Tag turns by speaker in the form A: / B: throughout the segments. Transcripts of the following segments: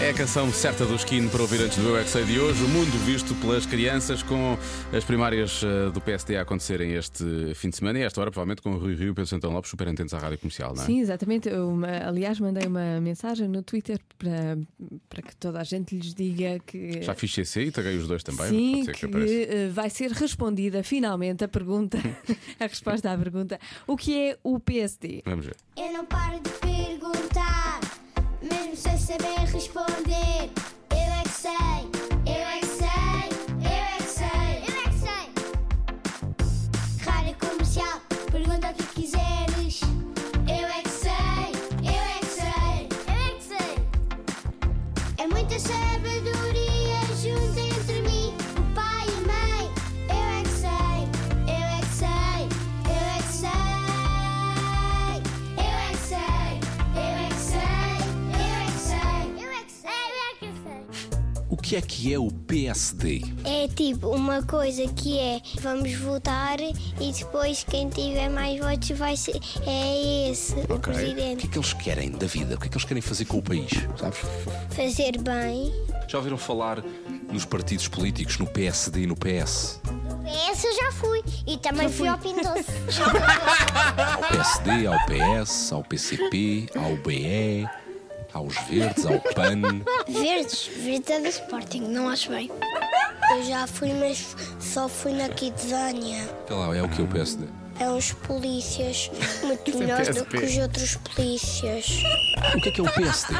A: É a canção certa do Skin para ouvir antes do Eu é Que Sei de hoje, o mundo visto pelas crianças, com as primárias eh, do PSD a acontecerem este fim de semana e a esta hora, provavelmente, com o Rui Rio e o Pedro Santão Lopes, super atentos à rádio comercial, não é?
B: Sim, exatamente. Eu, uma- aliás, mandei uma mensagem no Twitter para, para que toda a gente lhes diga que.
A: Já fiz CC e taguei os dois também,
B: Sim,
A: pode ser
B: que,
A: que, apareça.
B: eh, vai ser respondida finalmente a pergunta, a resposta à pergunta: o que é o PSD?
A: Vamos ver.
C: Eu não paro de perguntar, mesmo sem saber responder. Eu é que sei, eu é que sei, eu é que sei, eu é que sei. Rádio comercial, pergunta o que quiseres. Eu é que sei, eu é que sei, eu é que sei. É muita sabedoria junta entre mim, o pai e a mãe. Eu é que sei, eu é que sei, eu é que sei. Eu é que sei, eu é que sei, eu é que sei. Eu é que sei, eu é que sei.
D: O que é que é o PSD?
C: É tipo uma coisa que é vamos votar e depois quem tiver mais votos vai ser é esse o
D: Ok. O que
C: presidente.
D: é que eles querem da vida? O que é que eles querem fazer com o país? Sabes?
C: Fazer bem.
D: Já ouviram falar nos partidos políticos, no PSD e no PS?
C: Essa eu já fui e também fui ao Pindoce.
D: Ao PSD, ao PS, ao PCP, ao BE, aos Verdes, ao PAN.
C: Verdes, verdes é do Sporting, não acho bem. Eu já fui, mas só fui na Kidzânia.
D: Sei lá, é o que é o PSD?
C: É uns polícias
A: é
C: muito melhores do que os outros polícias.
D: O que é que é o PSD?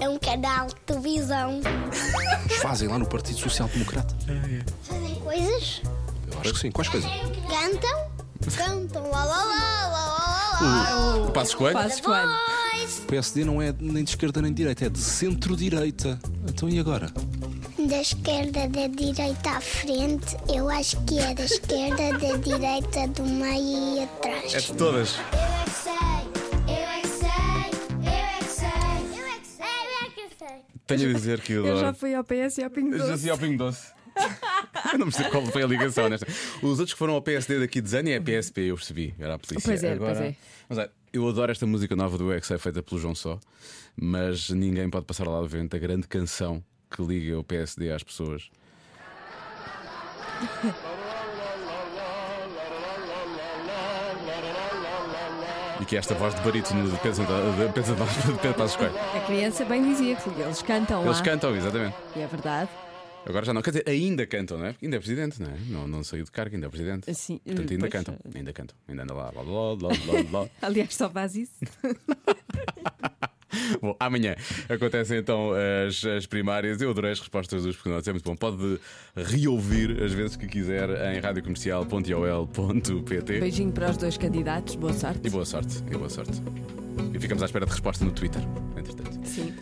C: É um canal de televisão.
D: Eles fazem lá no Partido Social Democrata?
C: Fazem coisas?
D: Eu acho que sim. Quais coisas?
C: Cantam? Cantam, lá, lá, lá, lá, lá, lá.
A: O Passos Coelho?
B: Passos Coelho.
D: O PSD não é nem de esquerda nem de direita, é de centro-direita. Então e agora?
C: Da esquerda, da direita à frente, eu acho que é da esquerda, da direita, do meio e atrás.
A: É de todas.
C: Eu é que sei, eu é que sei, eu é que sei, eu é que sei, eu é que sei, eu é que sei.
A: Tenho a dizer que
B: Eu já
A: adoro.
B: fui ao PS e ao Pingo
A: Eu já
B: Doce.
A: fui assim ao Pingo Doce. Eu não percebo qual foi a ligação nesta. Os outros que foram ao PSD daqui de Zânia é PSP, eu percebi. Era a polícia.
B: Pois é, pois
A: Agora,
B: é.
A: Mas olha, eu adoro esta música nova do EXA feita pelo João Só, mas ninguém pode passar lá do vento a grande canção que liga o PSD às pessoas. E que é esta voz de barítono de Pedro Santana- de Pedro Santana- de Pedro Passos Coelho.
B: A criança é bem dizia que eles cantam
A: Eles
B: lá.
A: cantam, exatamente.
B: E é verdade.
A: Agora já não, quer dizer, ainda cantam, não é? Porque ainda é presidente, não é? Não, não saiu de cargo, ainda é presidente.
B: Sim,
A: Portanto, ainda
B: pois.
A: cantam, ainda cantam, ainda anda lá, blá blá blá blá blá.
B: Aliás, só faz isso.
A: bom, amanhã acontecem então as, as primárias. Eu adorei as respostas dos pequenotes, é muito bom. Pode reouvir as vezes que quiser em radiocomercial.iol.pt
B: Beijinho para os dois candidatos, boa sorte.
A: e boa sorte, e boa sorte. E ficamos à espera de resposta no Twitter, entretanto.
B: Sim.